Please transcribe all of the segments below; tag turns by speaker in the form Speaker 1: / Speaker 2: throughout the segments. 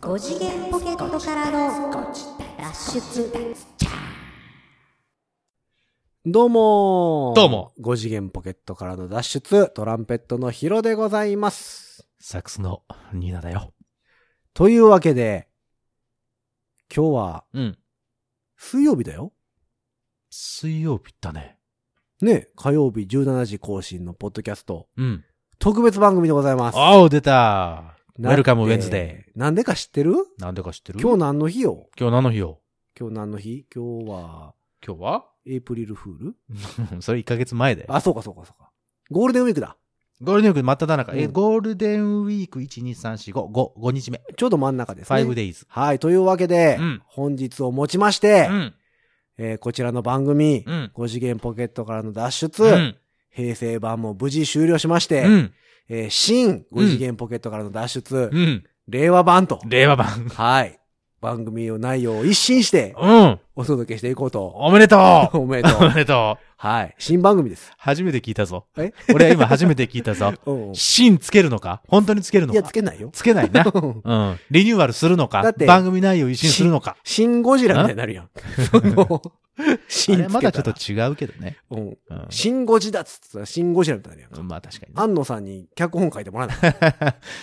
Speaker 1: 5次元ポケットからの脱出
Speaker 2: どうもー
Speaker 3: どうも。
Speaker 2: 5次元ポケットからの脱出、トランペットのヒロでございます。
Speaker 3: サックスのニーナだよ。
Speaker 2: というわけで、今日は
Speaker 3: うん。
Speaker 2: 水曜日だよ。
Speaker 3: 水曜日だね。
Speaker 2: ね、火曜日17時更新のポッドキャスト、
Speaker 3: うん。
Speaker 2: 特別番組でございます。
Speaker 3: あお、出たウ
Speaker 2: な
Speaker 3: ェ
Speaker 2: んて
Speaker 3: ルカムウェンズデ
Speaker 2: なんでか知ってる
Speaker 3: ー。なんでか知ってる
Speaker 2: 今日何の日よ
Speaker 3: 今日何の日よ
Speaker 2: 今日何の日今日は、
Speaker 3: 今日は
Speaker 2: エイプリルフール
Speaker 3: それ1ヶ月前で。
Speaker 2: あ、そうかそうかそうか。ゴールデンウィークだ。
Speaker 3: ゴールデンウィーク真っ只中。え、
Speaker 2: うん
Speaker 3: ゴールデンウィーク1、2、3、4、5、5、5日目。
Speaker 2: ちょうど真ん中ですね。
Speaker 3: 5 days。
Speaker 2: はい、というわけで、
Speaker 3: うん
Speaker 2: 本日をもちまして、
Speaker 3: うん。
Speaker 2: えーこちらの番組、
Speaker 3: うん。
Speaker 2: 5次元ポケットからの脱出、
Speaker 3: うん。
Speaker 2: 平成版も無事終了しまして、
Speaker 3: うん。
Speaker 2: えー新5次元ポケットからの脱出、
Speaker 3: うん。
Speaker 2: 令和版と、
Speaker 3: 令和版。
Speaker 2: はい、番組の内容を一新して
Speaker 3: うん。
Speaker 2: お届けしていこうと。
Speaker 3: おめでとう
Speaker 2: おめでと う。
Speaker 3: おめでとう
Speaker 2: はい、新番組です。
Speaker 3: 初めて聞いたぞ。
Speaker 2: え
Speaker 3: 俺は今初めて聞いた ぞ。
Speaker 2: うん
Speaker 3: 芯つけるのか本当につけるの
Speaker 2: い
Speaker 3: か
Speaker 2: や、つけないよ。
Speaker 3: つけ ないな。うん。リニューアルするの
Speaker 2: だ
Speaker 3: か
Speaker 2: って
Speaker 3: 番組内容一新するのか
Speaker 2: 新ゴジラみたいになるやん。そ の、新
Speaker 3: あ
Speaker 2: つけた
Speaker 3: れ
Speaker 2: ら
Speaker 3: まだちょっと、違うけどね。
Speaker 2: うん、
Speaker 3: うん
Speaker 2: 新ゴジラっつったら新ゴジラみたいになるやん
Speaker 3: う
Speaker 2: か。
Speaker 3: ん。まあ確かにね。
Speaker 2: 安野さんに脚本書いてもらわない。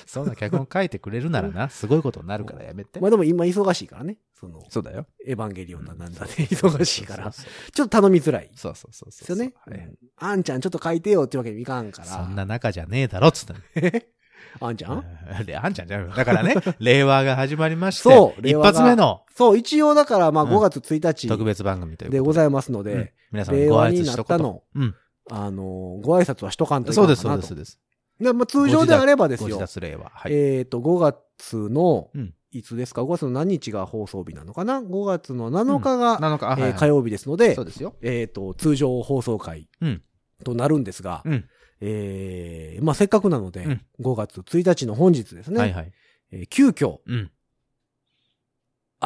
Speaker 3: そんな脚本書いてくれるならな、すごいことになるからやめて
Speaker 2: ま。あでも今忙しいからね。その、
Speaker 3: そうだよ。
Speaker 2: エヴァンゲリオンだなんだで忙しいから。ち
Speaker 3: そ
Speaker 2: ょっと頼みづらい。で
Speaker 3: うそうそうそう。
Speaker 2: すよね。
Speaker 3: はい
Speaker 2: うんあんちゃんちょっと書いてよってわけにもいかんから。
Speaker 3: そんな中じゃねえだろっつったの
Speaker 2: あんちゃん
Speaker 3: うんであんちゃんじゃん。だか らね、令和が始まりまして、
Speaker 2: そう令
Speaker 3: 一
Speaker 2: 和が
Speaker 3: 発目の
Speaker 2: そう、一応だからまあ
Speaker 3: うん
Speaker 2: 5月1
Speaker 3: 特
Speaker 2: 日
Speaker 3: 別番組という
Speaker 2: でご
Speaker 3: こと
Speaker 2: ざいますの
Speaker 3: でうん
Speaker 2: で、
Speaker 3: 皆さん
Speaker 2: 令
Speaker 3: ご
Speaker 2: 和
Speaker 3: 挨
Speaker 2: に
Speaker 3: 拶
Speaker 2: な
Speaker 3: しと
Speaker 2: っ
Speaker 3: こ
Speaker 2: た
Speaker 3: うと
Speaker 2: の、
Speaker 3: うん。
Speaker 2: あのー、ご挨拶はしとかんといか
Speaker 3: そ
Speaker 2: んか
Speaker 3: うで
Speaker 2: な
Speaker 3: す、そうです、そ
Speaker 2: と
Speaker 3: う。です。
Speaker 2: でまあ通常であればです
Speaker 3: ご自
Speaker 2: よ。
Speaker 3: 立令和。はい。
Speaker 2: えっと、5月の
Speaker 3: うん、
Speaker 2: いつですか ?5 月の何日が放送日なのかな ?5 月の7日が、
Speaker 3: 7日、あ
Speaker 2: え
Speaker 3: は
Speaker 2: ー
Speaker 3: いはい
Speaker 2: 火曜日ですので
Speaker 3: そ、うですよ。
Speaker 2: えっと、通常放送回
Speaker 3: うん
Speaker 2: となるんですが、
Speaker 3: うん。
Speaker 2: えーまあせっかくなので、
Speaker 3: うん
Speaker 2: 5月1日の本日ですね、
Speaker 3: はいはい。
Speaker 2: えー急遽
Speaker 3: うん。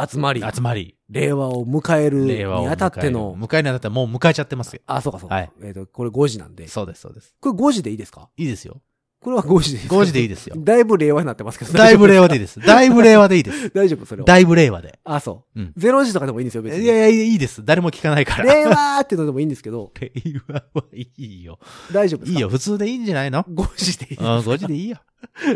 Speaker 2: 集まり、
Speaker 3: 集まり。
Speaker 2: 令和を迎える
Speaker 3: 令和を
Speaker 2: に
Speaker 3: 迎え
Speaker 2: あたっての、
Speaker 3: 迎えにあたってはもう迎えちゃってますよ。
Speaker 2: あ、そうかそうか。
Speaker 3: はい
Speaker 2: えっ、と、これ5時なんで。
Speaker 3: そうです、そうです。
Speaker 2: これ5時でいいですか
Speaker 3: いいですよ。
Speaker 2: これは5時でいいですか。
Speaker 3: 5時でいいですよ
Speaker 2: だいぶ令和になってますけど。
Speaker 3: だいぶ令和でい
Speaker 2: で。
Speaker 3: いです。だいぶ令和でいい です。
Speaker 2: 大丈夫それは。
Speaker 3: だいぶ令和で。
Speaker 2: あ、そう。
Speaker 3: うん
Speaker 2: 0時とかでもいいんですよ、
Speaker 3: い
Speaker 2: 別
Speaker 3: や
Speaker 2: に。
Speaker 3: いや、いいです。誰も聞かない から。
Speaker 2: 令和っていうのでもいいんですけど、
Speaker 3: 令和はいいよ。
Speaker 2: 大丈夫です
Speaker 3: い
Speaker 2: か
Speaker 3: いよ。。普通でいいんじゃ ないの
Speaker 2: 5時でいい
Speaker 3: うん、5時でいいよ。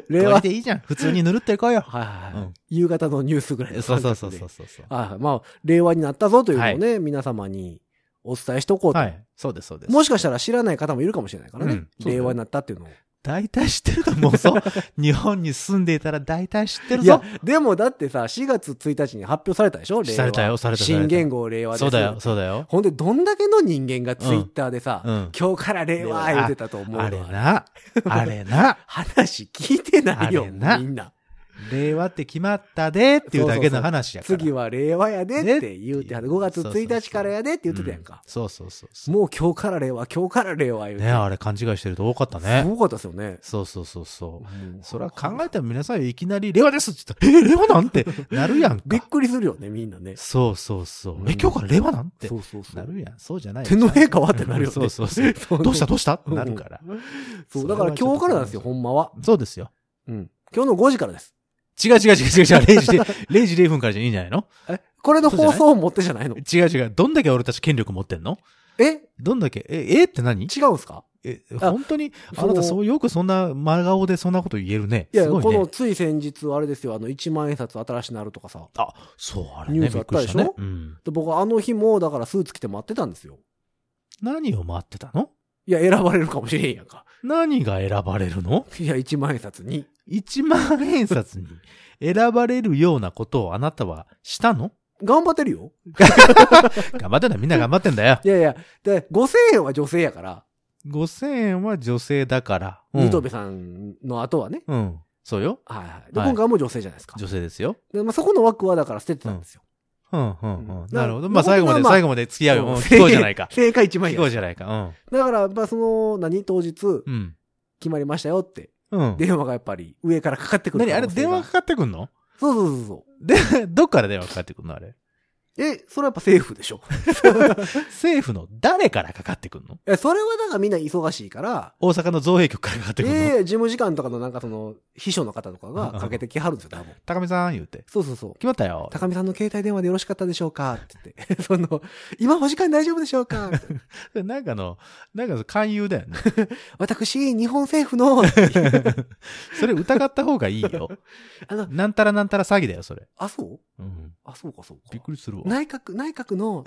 Speaker 2: 令
Speaker 3: 5
Speaker 2: 和
Speaker 3: 時。でいいじゃん。普通にぬるっていこうよ。
Speaker 2: はいはいはい、
Speaker 3: うん
Speaker 2: 夕方のニュースぐらいの
Speaker 3: そ
Speaker 2: 感覚
Speaker 3: う
Speaker 2: で。
Speaker 3: そうそうそうそうそう。
Speaker 2: あまあ、令和になったぞというのをね、皆様にお伝えしとこうと。
Speaker 3: はい。そうです、そうです。
Speaker 2: もしかしたら知らない方もいるかもしれないからね。
Speaker 3: うんそうだよ
Speaker 2: 令和になったっていうのを。
Speaker 3: 大体知ってると思うぞ。 日本に住んでいたら大体知ってる
Speaker 2: いや
Speaker 3: ぞ。、
Speaker 2: でもだってさ、4月1日に発表されたでしょ令和。
Speaker 3: されたよされたされた
Speaker 2: 新元号令和です
Speaker 3: そうだよ、。そうだよ。
Speaker 2: ほんで、どんだけの人間がツイッターでさ、
Speaker 3: うん。
Speaker 2: 今日から令和言ってたと思うわ
Speaker 3: あれな。あれな。
Speaker 2: 話聞いてないよ、
Speaker 3: あれ
Speaker 2: みん
Speaker 3: な
Speaker 2: な。
Speaker 3: 令和って決まったでっていうだけの話やから。
Speaker 2: 次
Speaker 3: は
Speaker 2: は令和やでって言うてはる、
Speaker 3: ね
Speaker 2: 5月1日からやでって言ってたやんか。
Speaker 3: そうそうそうそう。
Speaker 2: もう今日から令和、今日から令和言うて。
Speaker 3: ねあれ勘違いしてる人多かった
Speaker 2: す
Speaker 3: ね。
Speaker 2: ごかったですよね。
Speaker 3: そうそうそうそう。
Speaker 2: もう
Speaker 3: それは考えても皆さんよいきなり、令和ですって言ったら、えー、令和なんて なるやん
Speaker 2: びっ
Speaker 3: か。
Speaker 2: くりするよね、みんなね。
Speaker 3: そうそうそう
Speaker 2: う。ん
Speaker 3: え、今日から令和なんて
Speaker 2: そうそうそ
Speaker 3: な
Speaker 2: う。
Speaker 3: るやん。そうじゃない。
Speaker 2: 天皇陛下はってなるよね。
Speaker 3: そうそうそう。
Speaker 2: その
Speaker 3: どうしたどうしたってなるから。
Speaker 2: そう、だから今日からなんですよ、ほんまは。
Speaker 3: そうですよ。
Speaker 2: うん。今日の5時からです。
Speaker 3: 違う違う違う違う違う。0時で、0時0分からじゃいいんじゃないの
Speaker 2: これの放送を持ってじゃないの
Speaker 3: 違う違う。どんだけ俺たち権力持ってんの
Speaker 2: え
Speaker 3: どんだけ、え、えって何
Speaker 2: 違うんすか
Speaker 3: え、
Speaker 2: あ
Speaker 3: 本当に、
Speaker 2: そ
Speaker 3: あ
Speaker 2: の
Speaker 3: なたそう、よくそんな真顔でそんなこと言えるね。
Speaker 2: いや、
Speaker 3: すご
Speaker 2: こ
Speaker 3: い
Speaker 2: の
Speaker 3: ね。
Speaker 2: つい先日、あれですよ、あの、1万円札新しいなるとかさ。
Speaker 3: あ、そう、あれ
Speaker 2: ニュ
Speaker 3: ね、
Speaker 2: ース
Speaker 3: び
Speaker 2: あっ
Speaker 3: っく
Speaker 2: た
Speaker 3: り
Speaker 2: で
Speaker 3: し
Speaker 2: したょ
Speaker 3: ね。うん。
Speaker 2: で僕はあの日も、だからスーツ着て待ってたんですよ。
Speaker 3: 何を待ってたの
Speaker 2: いや、選ばれるかもしれんやんか。
Speaker 3: 何が選ばれるの
Speaker 2: いや、1万円札に。
Speaker 3: 一万円札に選ばれるようなことをあなたはした の
Speaker 2: 頑張ってるよ。
Speaker 3: 頑張ってんだ、みんな頑張ってんだよ。
Speaker 2: いやいや、で、5000円は女性やから、
Speaker 3: 5000円は女性だから。
Speaker 2: ニト
Speaker 3: ベ。
Speaker 2: ベさんの後はね。
Speaker 3: うん。そうよ。
Speaker 2: はいはい。で、
Speaker 3: はい
Speaker 2: 今回も女性じゃないですか。
Speaker 3: 女性ですよ。
Speaker 2: でまあ、そこの枠はだから捨ててたんですよ。
Speaker 3: うん、うん、
Speaker 2: う
Speaker 3: うんん。なるほど。ま
Speaker 2: な
Speaker 3: あ最後まで、
Speaker 2: まあ
Speaker 3: 最後まで付き合うよ。うん
Speaker 2: 正。
Speaker 3: 聞こうじゃない か
Speaker 2: 正解1万
Speaker 3: 聞こう
Speaker 2: 円。
Speaker 3: じゃないか。
Speaker 2: だから、やっぱその、何当日、
Speaker 3: うん。うん。
Speaker 2: 決まりましたよって、
Speaker 3: うん。
Speaker 2: 電話がやっぱり上からかかってくる。
Speaker 3: 何あれ電話か
Speaker 2: か
Speaker 3: かってくんの
Speaker 2: そうそうそうそう。
Speaker 3: で、どっから電話かかってくんのあれ。
Speaker 2: え、それはやっぱ政府でし ょ。
Speaker 3: 政府の誰からかかってくんの
Speaker 2: え、それはなんかみんな忙しいから、
Speaker 3: 大阪の造幣局からかかってくんの、
Speaker 2: ええ事務次官とかのなんかその、秘書の方とかがかけてきはるんですよ、多分。
Speaker 3: 高見さん言うて。
Speaker 2: そうそうそう。
Speaker 3: 決まったよ。
Speaker 2: 高見さんの携帯電話でよろしかったでしょうかって言って。 その、今お時間大丈夫でしょうか
Speaker 3: なんかの、なんかの勧誘だよね。
Speaker 2: 私、日本政府 の、
Speaker 3: それ疑った方がいいよ。
Speaker 2: あの、
Speaker 3: なんたらなんたら詐欺だよ、それ。
Speaker 2: あ、そう
Speaker 3: うん。
Speaker 2: あ、そうか、そうか
Speaker 3: びっ。くりするわ。
Speaker 2: 内閣、内閣の、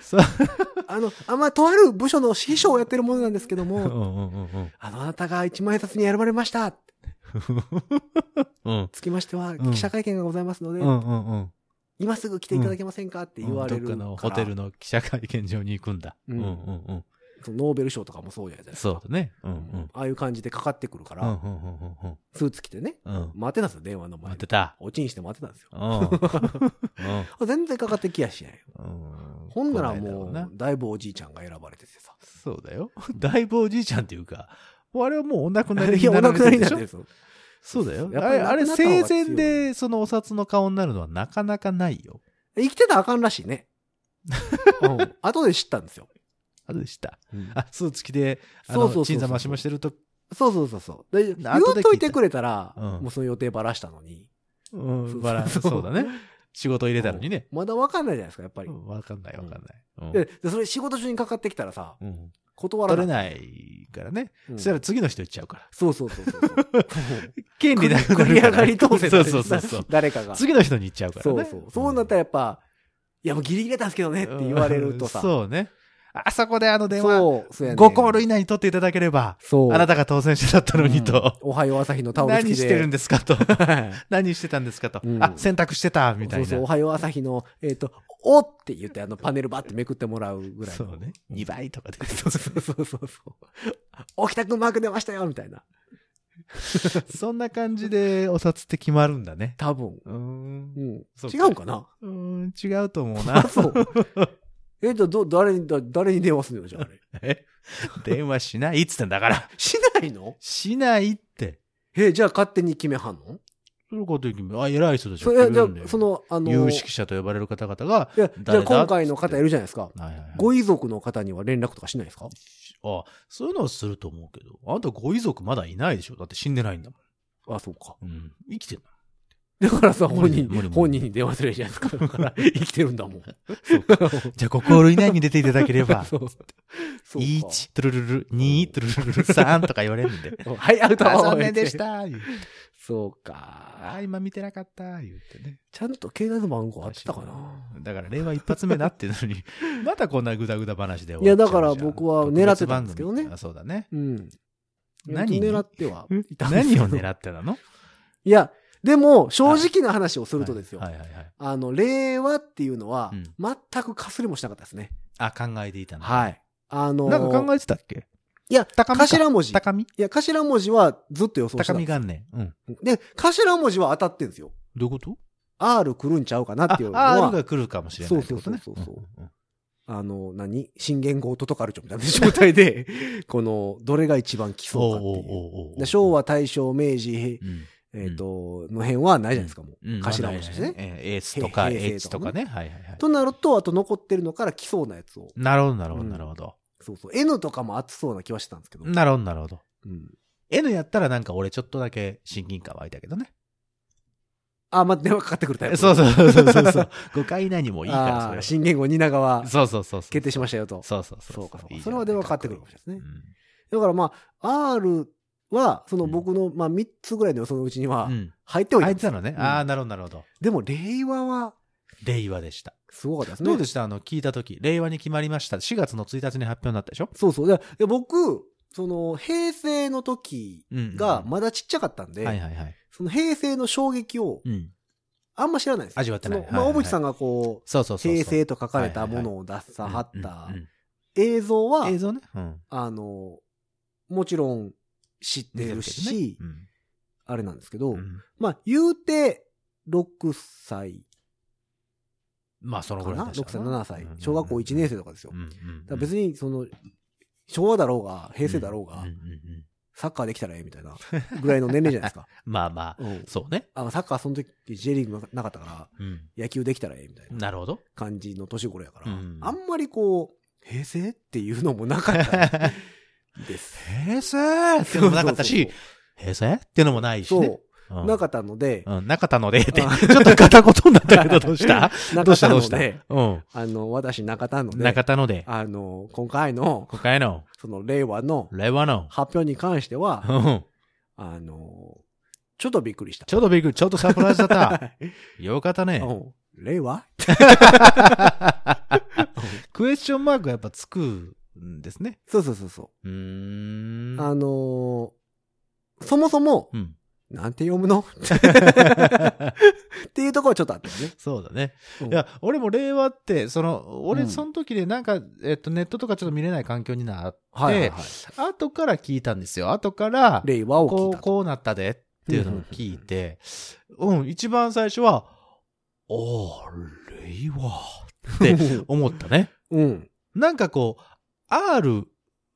Speaker 3: さ
Speaker 2: あの、あ、まあ、とある部署の秘書をやってるものなんですけど
Speaker 3: うん
Speaker 2: も、
Speaker 3: うんうんうん。
Speaker 2: あの、あなたが一万円札に選ばれました。
Speaker 3: うん。
Speaker 2: つきましては、
Speaker 3: ん
Speaker 2: 記者会見がございますので、
Speaker 3: うんうんうん。
Speaker 2: 今すぐ来ていただけませんかって言われるから、
Speaker 3: どっかのホテルの記者会見場に行くんだ。
Speaker 2: う
Speaker 3: うんんうんうん。
Speaker 2: そのノーベル賞とかもそうじゃないですか。
Speaker 3: そうだね。うんう
Speaker 2: うん
Speaker 3: ん。
Speaker 2: ああいう感じでかかってくるから、
Speaker 3: うんうんうんうん
Speaker 2: スーツ着てね、
Speaker 3: うん。うん。
Speaker 2: 待ってたんですよ、電話の前
Speaker 3: 待
Speaker 2: で
Speaker 3: って。た。
Speaker 2: おちんして待ってたんですよ。
Speaker 3: うん。うん
Speaker 2: 全然かかってきやしないよ。
Speaker 3: うん
Speaker 2: ほんなら
Speaker 3: 来
Speaker 2: も
Speaker 3: いだろな
Speaker 2: う、だいぶおじいちゃんが選ばれててさ。
Speaker 3: そうだよ。だいぶおじいちゃんっていうか、あれはもうお亡くなり
Speaker 2: い
Speaker 3: に
Speaker 2: や、お
Speaker 3: なら
Speaker 2: 亡く
Speaker 3: れて
Speaker 2: なりに
Speaker 3: るで
Speaker 2: なっ
Speaker 3: してょ
Speaker 2: るんですよ。
Speaker 3: そうだよ。
Speaker 2: やっ
Speaker 3: あ
Speaker 2: ぱり
Speaker 3: れ、あれ
Speaker 2: 亡くなった方が
Speaker 3: 生前で、そのお札の顔になるのはなかなかないよ。
Speaker 2: 生きてたらあかんらしい ね。うん。後で知ったんですよ。
Speaker 3: あれでした。
Speaker 2: うん
Speaker 3: あ、スーツ着て、あ
Speaker 2: そうそうそうそ
Speaker 3: の、
Speaker 2: う
Speaker 3: 鎮座ましましてると、
Speaker 2: そうそうそうそう。で言
Speaker 3: 後で聞いた
Speaker 2: うといてくれたら、
Speaker 3: うん
Speaker 2: もうその予定ばらしたのに。
Speaker 3: うん、バラン
Speaker 2: そ
Speaker 3: ス、
Speaker 2: う
Speaker 3: そうだね。仕事入れたのにね。
Speaker 2: まだわかんないじゃないですか、やっぱり。
Speaker 3: うんわかんないわかんない。
Speaker 2: で、でそれ仕事中にかかってきたらさ、
Speaker 3: うんうん
Speaker 2: 断ら
Speaker 3: 取
Speaker 2: な
Speaker 3: れ
Speaker 2: い。
Speaker 3: ないからね。
Speaker 2: うん
Speaker 3: そしたら次の人行っちゃうから。
Speaker 2: そうそうそうそう。
Speaker 3: 権利なく
Speaker 2: 繰
Speaker 3: なる
Speaker 2: り
Speaker 3: か
Speaker 2: 上
Speaker 3: ら。
Speaker 2: がり当選
Speaker 3: そ
Speaker 2: だ
Speaker 3: う
Speaker 2: ね
Speaker 3: そうそうそう。
Speaker 2: 誰かが。
Speaker 3: 次の人に行っちゃうから
Speaker 2: そう
Speaker 3: ね。
Speaker 2: そう。そうなったらやっぱ、いやもうギリギリだったんですけどねって言われるとさ。
Speaker 3: うんそうね。あそこであの電話、
Speaker 2: そう、そうやね
Speaker 3: 5コール以内に取っていただければ、
Speaker 2: そう。
Speaker 3: あなたが当選者だったのにと。
Speaker 2: うんおはよう朝日のタオル付
Speaker 3: 何
Speaker 2: き
Speaker 3: し
Speaker 2: で。
Speaker 3: てるんですかと。
Speaker 2: はい
Speaker 3: 何してたんですかと
Speaker 2: う。ん
Speaker 3: あ、洗濯してた、みたいな。
Speaker 2: そうそう、おはよう朝日の、えっ、と、おって言って、あの、パネルバってめくってもらうぐらい
Speaker 3: そ
Speaker 2: の。
Speaker 3: うね。2倍とかで。
Speaker 2: そう そうそうそうそう。沖田くんマーク出ましたよみたいな。
Speaker 3: そんな感じでお札って決まるんだね。
Speaker 2: 多分。
Speaker 3: うーん
Speaker 2: う。ん。
Speaker 3: そう
Speaker 2: 違うんかな
Speaker 3: うーん、違うと思う
Speaker 2: あ、
Speaker 3: な。
Speaker 2: そう。 えっと、ど、誰に、だ誰に電話するのよじゃああれ。
Speaker 3: え電話しないっつってんだから。
Speaker 2: しないの
Speaker 3: しないって。
Speaker 2: え、じゃあ勝手に決めはんの
Speaker 3: そういうこと言うけどあ、偉い人でし
Speaker 2: そ
Speaker 3: ょ。
Speaker 2: れ、じゃ
Speaker 3: 決めるんだよ
Speaker 2: あ、そ、の、あの、
Speaker 3: 有識者と呼ばれる方々が、
Speaker 2: いや、じゃあ
Speaker 3: 誰だ
Speaker 2: 今回の方いるじゃないですか。
Speaker 3: はいはいはい
Speaker 2: ご遺族の方には連絡とかしないですか
Speaker 3: あ、そういうのはすると思うけど、あんたご遺族まだいないでしょだって死んでないんだも
Speaker 2: あ、そうか。
Speaker 3: ん。うん。生きてんだ。
Speaker 2: だからさ、本人
Speaker 3: 無理無理無、理
Speaker 2: 本人に電話すればいいじゃないですか。だ から、生きてるんだもん。
Speaker 3: じゃあ、ごコール以内に出ていただけれ ば、
Speaker 2: そう。そうか
Speaker 3: 1、トゥルルル、2、トゥルルルル、3とか言われるんで。
Speaker 2: はい、アウト
Speaker 3: あ、残念でし。た。言うて
Speaker 2: そう
Speaker 3: あ、
Speaker 2: か。
Speaker 3: 今見てなかった。言ってね。
Speaker 2: ちゃんと携帯の番号合ってたかな。
Speaker 3: だから、令和一発目なってるのに、またこんなグダグダ話で終わっちゃうじゃん。
Speaker 2: いやだから僕は狙ってたんですけどね
Speaker 3: 特別番組あ、そうだね。
Speaker 2: うん。
Speaker 3: 何
Speaker 2: 狙ってはいたんですけ
Speaker 3: 何
Speaker 2: ど
Speaker 3: を狙ってたの
Speaker 2: いや、でも、正直な話をするとですよ
Speaker 3: は。いはいはいはい。
Speaker 2: あの、令和っていうのは
Speaker 3: うん、
Speaker 2: 全くかすれもしなかったですね。
Speaker 3: あ、考えていたの。
Speaker 2: はい。あの、
Speaker 3: なんか考えてたっけ
Speaker 2: いや、
Speaker 3: 高見か
Speaker 2: 頭文字。い
Speaker 3: 高見
Speaker 2: や、頭文字はずっと予想して
Speaker 3: 高
Speaker 2: たん
Speaker 3: 見
Speaker 2: で
Speaker 3: 元年。うん。
Speaker 2: す。で、頭文字は当たってんですよ。
Speaker 3: どういうこと
Speaker 2: R 来るんちゃうかなっていうの
Speaker 3: あ R
Speaker 2: は、
Speaker 3: が来るかもしれないってことね。
Speaker 2: そうそうそうそうん
Speaker 3: んん
Speaker 2: あの、何新元号トトカルチョみたいな状態で、 この、どれが一番来そうかって
Speaker 3: おう
Speaker 2: いう。
Speaker 3: おうおうおう
Speaker 2: で昭和、大正、明治、
Speaker 3: うん
Speaker 2: えっ、と、の辺はないじゃないですか、もう。
Speaker 3: うん
Speaker 2: 頭文字です
Speaker 3: まあ
Speaker 2: ね。
Speaker 3: ないねえーエースとか、
Speaker 2: 平
Speaker 3: エ
Speaker 2: 平
Speaker 3: ッ
Speaker 2: 成
Speaker 3: チ
Speaker 2: と
Speaker 3: と
Speaker 2: か
Speaker 3: か
Speaker 2: ね
Speaker 3: ね。はいはいはい。
Speaker 2: となると、あと残ってるのから来そうなやつを。
Speaker 3: なるほど、なるほ
Speaker 2: うん
Speaker 3: ど、なるほど。
Speaker 2: そうそう。N とかも熱そうな気はしてたんですけど。
Speaker 3: なるほど、なるほど。
Speaker 2: うん。
Speaker 3: N やったらなんか俺ちょっとだけ親近感湧いたけどね。
Speaker 2: あ、まあ、電話かかってくるタイプ。
Speaker 3: そうそうそ うそうそうそう。5回以内にもいいから、そ
Speaker 2: あ
Speaker 3: れ
Speaker 2: ー
Speaker 3: は。
Speaker 2: 新元号蜷川
Speaker 3: そうそうそうそう。
Speaker 2: 決定しましたよと。
Speaker 3: そうそうそう。
Speaker 2: そうか、そうか。
Speaker 3: いいじ
Speaker 2: そ
Speaker 3: ゃ
Speaker 2: れ
Speaker 3: ん
Speaker 2: は電話かかってくるかも
Speaker 3: か
Speaker 2: しれない
Speaker 3: っ
Speaker 2: ですね。
Speaker 3: こ
Speaker 2: だからまあ、R は、その
Speaker 3: うん
Speaker 2: 僕の、まあ、3つぐらいの予想のうちには
Speaker 3: うん。うん
Speaker 2: 入っておいた
Speaker 3: あ
Speaker 2: ん
Speaker 3: い
Speaker 2: で
Speaker 3: つ
Speaker 2: すよ
Speaker 3: なのね。
Speaker 2: うん
Speaker 3: ああ、なるほど、なるほど。
Speaker 2: でも、令和は、
Speaker 3: 令和でした。
Speaker 2: すごかったですね。
Speaker 3: どうでしたあの、聞いたとき。令和に決まりました。4月の1日に発表になったでしょ
Speaker 2: そうそう。でで僕、その、平成の時
Speaker 3: うんうん。
Speaker 2: がまだちっちゃかったんで、
Speaker 3: はいはいはい。
Speaker 2: その平成の衝撃を
Speaker 3: うん。
Speaker 2: あんま知らないです。
Speaker 3: 味わってない
Speaker 2: そのまあ、
Speaker 3: は
Speaker 2: 小
Speaker 3: いはいはい
Speaker 2: 渕さんがこう、
Speaker 3: そうそうそうそう。
Speaker 2: 平成と書かれたものを出さはった
Speaker 3: うんうん
Speaker 2: 映像
Speaker 3: うん
Speaker 2: は、
Speaker 3: 映像ね。うん。
Speaker 2: あの、もちろん知ってるし、
Speaker 3: ね
Speaker 2: あれなんですけど、
Speaker 3: うんうん
Speaker 2: まあ、言うて、6歳
Speaker 3: まあ、その
Speaker 2: か
Speaker 3: ぐらい
Speaker 2: な
Speaker 3: で
Speaker 2: ?6
Speaker 3: した
Speaker 2: 歳、
Speaker 3: ね
Speaker 2: 7歳。小学校1年生とかですよ。
Speaker 3: うんうんうん
Speaker 2: だから別に、その、昭和だろうが、平成だろう
Speaker 3: うん
Speaker 2: が
Speaker 3: うん、うん
Speaker 2: サッカーできたらええみたいなぐらいの年齢じゃないです か。
Speaker 3: まあまあ、
Speaker 2: うん
Speaker 3: そうね。
Speaker 2: あサッカーその時 J リーグなかったから、
Speaker 3: うん。
Speaker 2: 野球できたらええみたいな
Speaker 3: なるほ ど。
Speaker 2: 感じの年頃やから、
Speaker 3: うん
Speaker 2: あんまりこう、平成っていうのもなかったです。
Speaker 3: 平成ってのもなかったし、平成ってのもないし
Speaker 2: そうそうそう、
Speaker 3: ね。う
Speaker 2: そうなかったので、
Speaker 3: うん、なかったので、って、ちょ
Speaker 2: あ
Speaker 3: っと片言になったけど、どうした どうしたどうした
Speaker 2: なかったので
Speaker 3: うん。
Speaker 2: あの、私中田ので、
Speaker 3: なかったので、
Speaker 2: あの、今回の、
Speaker 3: 今回の、
Speaker 2: その令和の
Speaker 3: 令和の、
Speaker 2: 発表に関して
Speaker 3: う
Speaker 2: は、
Speaker 3: ん。
Speaker 2: あの、ちょっとびっくりした。
Speaker 3: ちょうどびっくり、ちょっとサプライズだった。 よかっ たね。
Speaker 2: うん令和
Speaker 3: クエスチョンマークがやっぱつくんですね。
Speaker 2: そうそうそうそう
Speaker 3: ーん
Speaker 2: う。あのーそもそも、
Speaker 3: うん。
Speaker 2: なんて読むのっていうところはちょっとあったよね。
Speaker 3: そうだね。
Speaker 2: うん
Speaker 3: いや、俺も令和って、その、
Speaker 2: う
Speaker 3: 俺
Speaker 2: ん
Speaker 3: その時でなんか、えっと、ネットとかちょっと見れない環境になって、
Speaker 2: はいはいはい
Speaker 3: 後から聞いたんですよ。後から、
Speaker 2: 令和を聞い
Speaker 3: こ
Speaker 2: た
Speaker 3: う、
Speaker 2: と。
Speaker 3: こうなったでっていうのを聞いて、うん、一番最初は、おー、令和って思った ね。
Speaker 2: うん。
Speaker 3: なんかこう、R、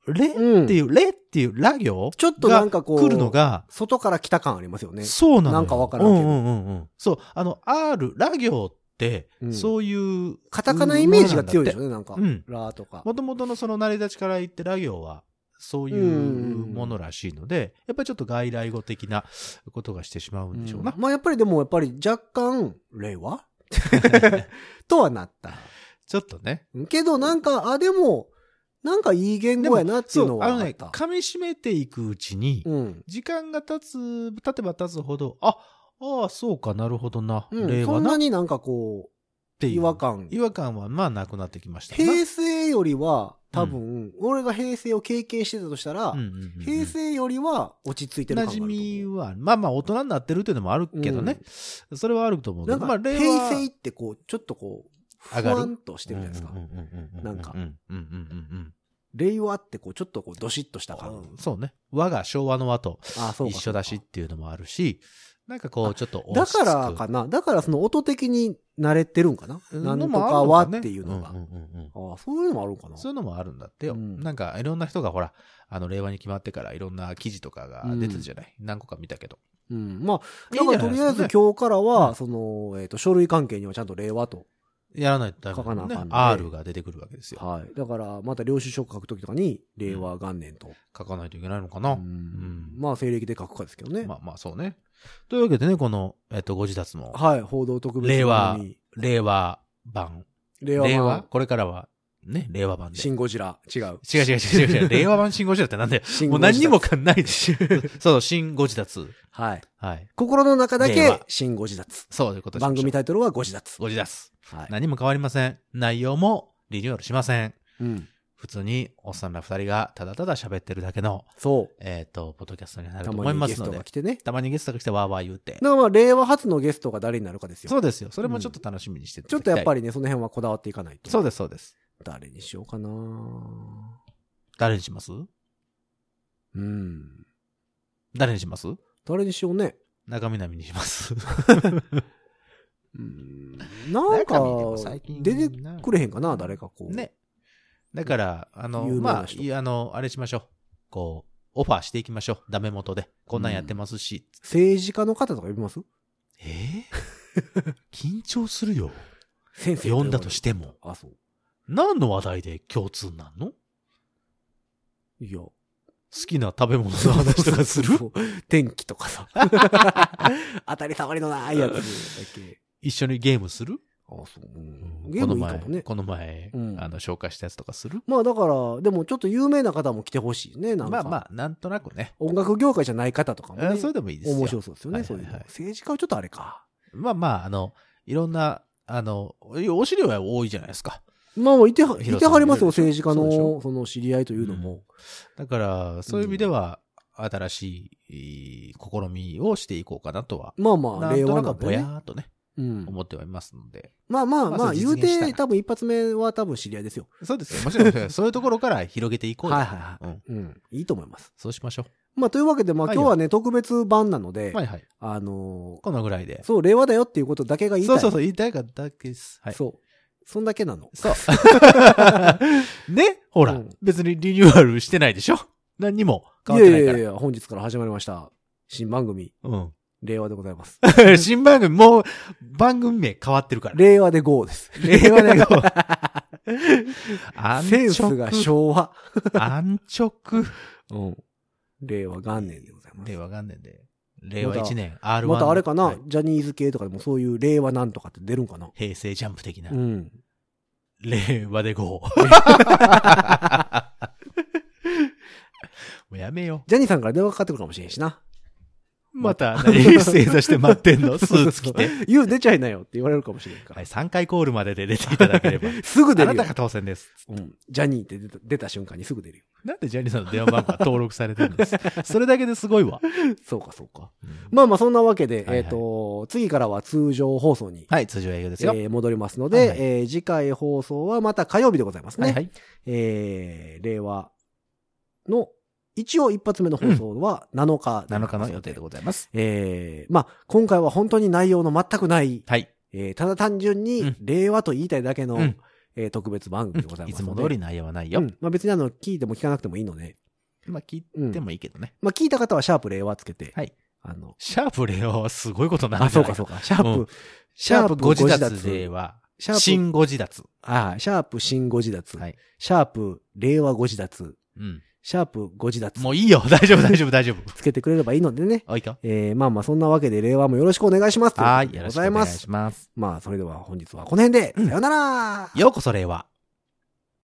Speaker 3: れ
Speaker 2: うん
Speaker 3: っていう、れっていう、ら行
Speaker 2: ちょっとなんかこう、
Speaker 3: 来るのが、
Speaker 2: 外から来た感ありますよね。
Speaker 3: そうなのよ
Speaker 2: なんかわからんけど
Speaker 3: うんうんうんうん。そう、あの、R、ら行って、
Speaker 2: うん
Speaker 3: そういう、
Speaker 2: カタカナイメージが強いでしょね、なんか。
Speaker 3: うん
Speaker 2: ラーとか。
Speaker 3: もともとのその成り立ちから言って、ら行は、そうい
Speaker 2: んうん
Speaker 3: う
Speaker 2: うん
Speaker 3: ものらしいので、やっぱりちょっと外来語的なことがしてしまうんでしょうな。
Speaker 2: うんまあやっぱりでも、やっぱり若干、令 和とはなった。
Speaker 3: ちょっとね。
Speaker 2: けどなんか、あ、でも、なんかいい言語やなっていうのは
Speaker 3: あ
Speaker 2: あ
Speaker 3: の
Speaker 2: っ
Speaker 3: ね、
Speaker 2: た。
Speaker 3: 噛み締めていくうちに、
Speaker 2: うん。
Speaker 3: 時間が経つ、経てば経つほど、あ、ああ、そうかなるほどな、
Speaker 2: うん、
Speaker 3: 令
Speaker 2: そ
Speaker 3: 和
Speaker 2: ん
Speaker 3: なっ
Speaker 2: なになんかこ
Speaker 3: て
Speaker 2: う、
Speaker 3: いう。
Speaker 2: 違和。感。
Speaker 3: 違和感はまあなくなってきましたな。
Speaker 2: 平成よりは、多分、俺が平成を経験してたとしたら
Speaker 3: うん、うんうんうん
Speaker 2: 平成よりは落ち着いてる
Speaker 3: 馴
Speaker 2: 感がある
Speaker 3: 染
Speaker 2: と思う。
Speaker 3: みは、まあまあ大人になってるっていうのもあるけどね。それはあると思うけ
Speaker 2: な
Speaker 3: ど。
Speaker 2: ん
Speaker 3: ま
Speaker 2: か
Speaker 3: あ、令和
Speaker 2: 平成ってこう、ちょっとこう、
Speaker 3: 上
Speaker 2: ふ
Speaker 3: がる
Speaker 2: わんとしてるじゃないですか
Speaker 3: う。んうんうう
Speaker 2: なんか
Speaker 3: うんうんうん
Speaker 2: 令和ってこう、ちょっとこう、どしっとした
Speaker 3: うん
Speaker 2: 感
Speaker 3: うん。そうね。和が昭和の和と
Speaker 2: じ。あ、そうか
Speaker 3: 一緒だしっ。ていうのもあるし、なんかこう、ちょっと
Speaker 2: だ
Speaker 3: 落ち
Speaker 2: か
Speaker 3: 着く。
Speaker 2: らかな。だからその音的に慣れてるんかな。なんと
Speaker 3: の
Speaker 2: か
Speaker 3: もある
Speaker 2: は
Speaker 3: んだね
Speaker 2: っていうのが
Speaker 3: ん。んうんうん
Speaker 2: あそういうのもあるんかな。
Speaker 3: そういうのもあるんだってよ。
Speaker 2: うん
Speaker 3: なんか、いろんな人がほら、あの、令和に決まってからいろんな記事とかが出てるじゃない、何個か見たけど。
Speaker 2: うん。まあ、
Speaker 3: いい
Speaker 2: だ
Speaker 3: んじ
Speaker 2: からと
Speaker 3: ゃないで
Speaker 2: り
Speaker 3: す
Speaker 2: あ
Speaker 3: か
Speaker 2: え
Speaker 3: ね
Speaker 2: ず今日から
Speaker 3: うん
Speaker 2: は、その、えっと、書類関係にはちゃんと令和と。
Speaker 3: やらないとダメだも
Speaker 2: 書か
Speaker 3: ん
Speaker 2: なあかん
Speaker 3: ね。
Speaker 2: ので
Speaker 3: R が出てくるわけですよ。
Speaker 2: はい。だから、また領収書書くときとかに、令和元年と。
Speaker 3: 書かないといけないのかな。
Speaker 2: うんまあ、西暦で書くかですけどね。
Speaker 3: まあまあ、そうね。というわけでね、この、えっと、ご自達も、
Speaker 2: はい。報道特別
Speaker 3: 令
Speaker 2: 番
Speaker 3: 和
Speaker 2: 組、
Speaker 3: 令和版。
Speaker 2: 令和
Speaker 3: 令
Speaker 2: 版
Speaker 3: 和これからは、ね、令和版で。
Speaker 2: シンゴジラ。違う。
Speaker 3: 違う違う違う 違う。令和版新ゴジラってなんだよ。
Speaker 2: シン
Speaker 3: も
Speaker 2: ゴジラ
Speaker 3: う何にも。かんない でしょ。そう、新ゴジラ2。
Speaker 2: はい。
Speaker 3: はい。
Speaker 2: 心の中だ
Speaker 3: 令
Speaker 2: け
Speaker 3: 和、
Speaker 2: シンゴジラつ。
Speaker 3: そういうことにしましょう
Speaker 2: 番組タイトルはゴジラつ。
Speaker 3: ゴジラス。
Speaker 2: はい。
Speaker 3: 何も変わりません。内容もリニューアルしません。
Speaker 2: うん。
Speaker 3: 普通におっさんら二人がただただ喋ってるだけの、
Speaker 2: そ
Speaker 3: えっ、と、ポッドキャストにな
Speaker 2: う。
Speaker 3: ると
Speaker 2: た
Speaker 3: 思
Speaker 2: ま
Speaker 3: い
Speaker 2: に
Speaker 3: ま
Speaker 2: ゲ
Speaker 3: す
Speaker 2: ス
Speaker 3: の
Speaker 2: ト
Speaker 3: で
Speaker 2: が来、てね。
Speaker 3: たまにゲストが来てわーわー言うて
Speaker 2: だ。からまあ、令和初のゲストが誰になるかですよ。
Speaker 3: そうですよ。それもちょっと楽しみにしててい
Speaker 2: ちょっ
Speaker 3: ただ
Speaker 2: と
Speaker 3: きたい、
Speaker 2: やっぱりね、その辺はこだわっていかないと。
Speaker 3: そうです、そうです。
Speaker 2: 誰にしようかな
Speaker 3: 誰にします
Speaker 2: うん。
Speaker 3: 誰にします
Speaker 2: 誰にしようね。
Speaker 3: 中南に します。
Speaker 2: うん。なんか
Speaker 3: 中身でも最、近
Speaker 2: 出てくれへんかな誰かこう。
Speaker 3: ね。だから、あの、
Speaker 2: 有名
Speaker 3: ま
Speaker 2: な
Speaker 3: あ、
Speaker 2: 人
Speaker 3: いやあの、あれしましょう。こう、オファーしていきましょう。ダメ元で。こんなんやってますし。
Speaker 2: 政治家の方とか呼びます
Speaker 3: え ー緊張するよ。
Speaker 2: 先生。
Speaker 3: 呼んだとしても。
Speaker 2: あ、そう。
Speaker 3: 何の話題で共通なんの好
Speaker 2: いや。
Speaker 3: きな食べ物の話とかする
Speaker 2: そう天気とか さ。当たり障りのないやつだっけ。
Speaker 3: 一緒にゲームする
Speaker 2: あ、そう。うんゲ
Speaker 3: こ
Speaker 2: ーム
Speaker 3: の
Speaker 2: いいか
Speaker 3: 前
Speaker 2: もね。
Speaker 3: この前、
Speaker 2: うん
Speaker 3: あの、紹介したやつとかする
Speaker 2: まあだから、でもちょっと有名な方も来てほしいね。なんか。
Speaker 3: まあまあ、なんとなくね。
Speaker 2: 音楽業界じゃない方とかも
Speaker 3: あ
Speaker 2: ね。
Speaker 3: それでもいいですよ。
Speaker 2: 面白そうですよね、
Speaker 3: はいはいはい
Speaker 2: そういうの。政治家はちょっとあれか。
Speaker 3: まあまあ、あの、いろんな、あの、お資料は多いじゃないですか。
Speaker 2: まあもういては、い
Speaker 3: 広瀬さん
Speaker 2: てはりますよ、
Speaker 3: い
Speaker 2: 政
Speaker 3: るで
Speaker 2: 治
Speaker 3: し
Speaker 2: 家
Speaker 3: ょ
Speaker 2: の、その知り合いというのも。
Speaker 3: だから、そういう意味では、新しいえー試みをしていこうかなとは、
Speaker 2: まあま
Speaker 3: な
Speaker 2: あ、
Speaker 3: ん
Speaker 2: 令
Speaker 3: と
Speaker 2: 和
Speaker 3: な
Speaker 2: な
Speaker 3: く
Speaker 2: んで
Speaker 3: ぼや
Speaker 2: ね。
Speaker 3: ーっとね、
Speaker 2: うん。
Speaker 3: 思ってはいますので。
Speaker 2: まあまあ
Speaker 3: まあ
Speaker 2: まあ、
Speaker 3: そう
Speaker 2: 言う
Speaker 3: 実現した
Speaker 2: て、
Speaker 3: ら
Speaker 2: 多分一発目は多分知り合いですよ。
Speaker 3: そうですよ。もちろんも ちろん、そういうところから広げていこうよ
Speaker 2: はいはいは
Speaker 3: うん。
Speaker 2: い。うん。いいと思います。
Speaker 3: そうしましょ
Speaker 2: まあというわけで、まあ
Speaker 3: はい
Speaker 2: 今日はね、特別版なので
Speaker 3: う。は、いはい。
Speaker 2: あのー
Speaker 3: このぐらいで。
Speaker 2: そう、令和だよっていうことだけが言いたい。
Speaker 3: そうそうそう、言いたいかっただけです。はい。
Speaker 2: そう。そんだけ なの。
Speaker 3: そう。ねほら、
Speaker 2: うん
Speaker 3: 別にリニューアルしてないでしょ何にも変
Speaker 2: い
Speaker 3: わっ
Speaker 2: や
Speaker 3: て
Speaker 2: い
Speaker 3: な
Speaker 2: やい
Speaker 3: いか
Speaker 2: や
Speaker 3: ら。
Speaker 2: いや、本日から始まりました。新番組、令和でございます。
Speaker 3: うん。 新番組、もう、番組名変わってるから。
Speaker 2: 令和で GO です。
Speaker 3: 令和で GO 安
Speaker 2: センスが昭和。
Speaker 3: 安直。
Speaker 2: うん。令和元年でございます。
Speaker 3: 令和元年で。令和1年、R1。
Speaker 2: またあれかな、
Speaker 3: はい
Speaker 2: ジャニーズ系とかでもそういう令和なんとかって出るんかな
Speaker 3: 平成ジャンプ的な
Speaker 2: う。ん。
Speaker 3: 令和 で GO。もうやめよ
Speaker 2: ジャニーさんから電話かかってくるかもしれんしな。
Speaker 3: う。ま た、何正座して待って んのスーツ着て。。
Speaker 2: 言う、出ちゃいなよって言われるかもしれんから。
Speaker 3: はい、3回コールまでで出ていただければ。
Speaker 2: すぐ出
Speaker 3: あ
Speaker 2: る
Speaker 3: な
Speaker 2: よ
Speaker 3: たが。当選です。
Speaker 2: うん。ジャニーって出た出た瞬間にすぐ出るよ。
Speaker 3: なんでジャニーさんの電話番号が登録されてるん ですそれだけですごいわ。
Speaker 2: そうか、そうか。
Speaker 3: うん
Speaker 2: まあまあ、そんなわけで、
Speaker 3: はいはい
Speaker 2: えっ、と、次からは通常放送に、
Speaker 3: はい、通常営業ですよ。
Speaker 2: えー戻りますので、
Speaker 3: はいはい
Speaker 2: えー次回放送はまた火曜日でございますね。
Speaker 3: はいはい。
Speaker 2: えー令和の一応一発目の放送は7日でござい
Speaker 3: 7
Speaker 2: ます
Speaker 3: 日の予定でございます。
Speaker 2: えーまあ、今回は本当に内容の全くない、
Speaker 3: はい。
Speaker 2: えーただ単純
Speaker 3: う
Speaker 2: に
Speaker 3: ん
Speaker 2: 令和と言いたいだけの、
Speaker 3: うん
Speaker 2: えー特別番組でござい
Speaker 3: い
Speaker 2: ます
Speaker 3: つ
Speaker 2: の
Speaker 3: も
Speaker 2: で。
Speaker 3: 通り内容はない
Speaker 2: うん
Speaker 3: よ。
Speaker 2: まあ、別にあの、聞いても聞かなくてもいいので。
Speaker 3: まあ、聞
Speaker 2: うん
Speaker 3: いてもいいけどね。
Speaker 2: まあ、聞いた方はシャープ令和つけて。
Speaker 3: はい
Speaker 2: あの、
Speaker 3: シャープ令和はすごいことになる
Speaker 2: あ、
Speaker 3: んじ
Speaker 2: そ
Speaker 3: ゃ
Speaker 2: う
Speaker 3: ない
Speaker 2: かそうか。シャープ、
Speaker 3: うんシャープご自立令
Speaker 2: 和。
Speaker 3: 和。
Speaker 2: シャープ、
Speaker 3: 新ご自立。
Speaker 2: ああ、シャープ新ご自立。
Speaker 3: はい。
Speaker 2: シャープ令和ご自立。
Speaker 3: うん。
Speaker 2: シャープご自立。
Speaker 3: もういいよ。大丈夫、大丈夫、 大丈夫。
Speaker 2: つけてくれればいいのでね。
Speaker 3: あ、いいか
Speaker 2: えー、まあまあ、そんなわけで令和もよろしくお願いします。
Speaker 3: はい。
Speaker 2: とう
Speaker 3: よ
Speaker 2: こ
Speaker 3: ろ
Speaker 2: とでご
Speaker 3: しくお
Speaker 2: ざい
Speaker 3: 願
Speaker 2: ま
Speaker 3: い
Speaker 2: す。
Speaker 3: します。
Speaker 2: まあ、それでは本日はこの辺で、さよなら
Speaker 3: ようこそ令和。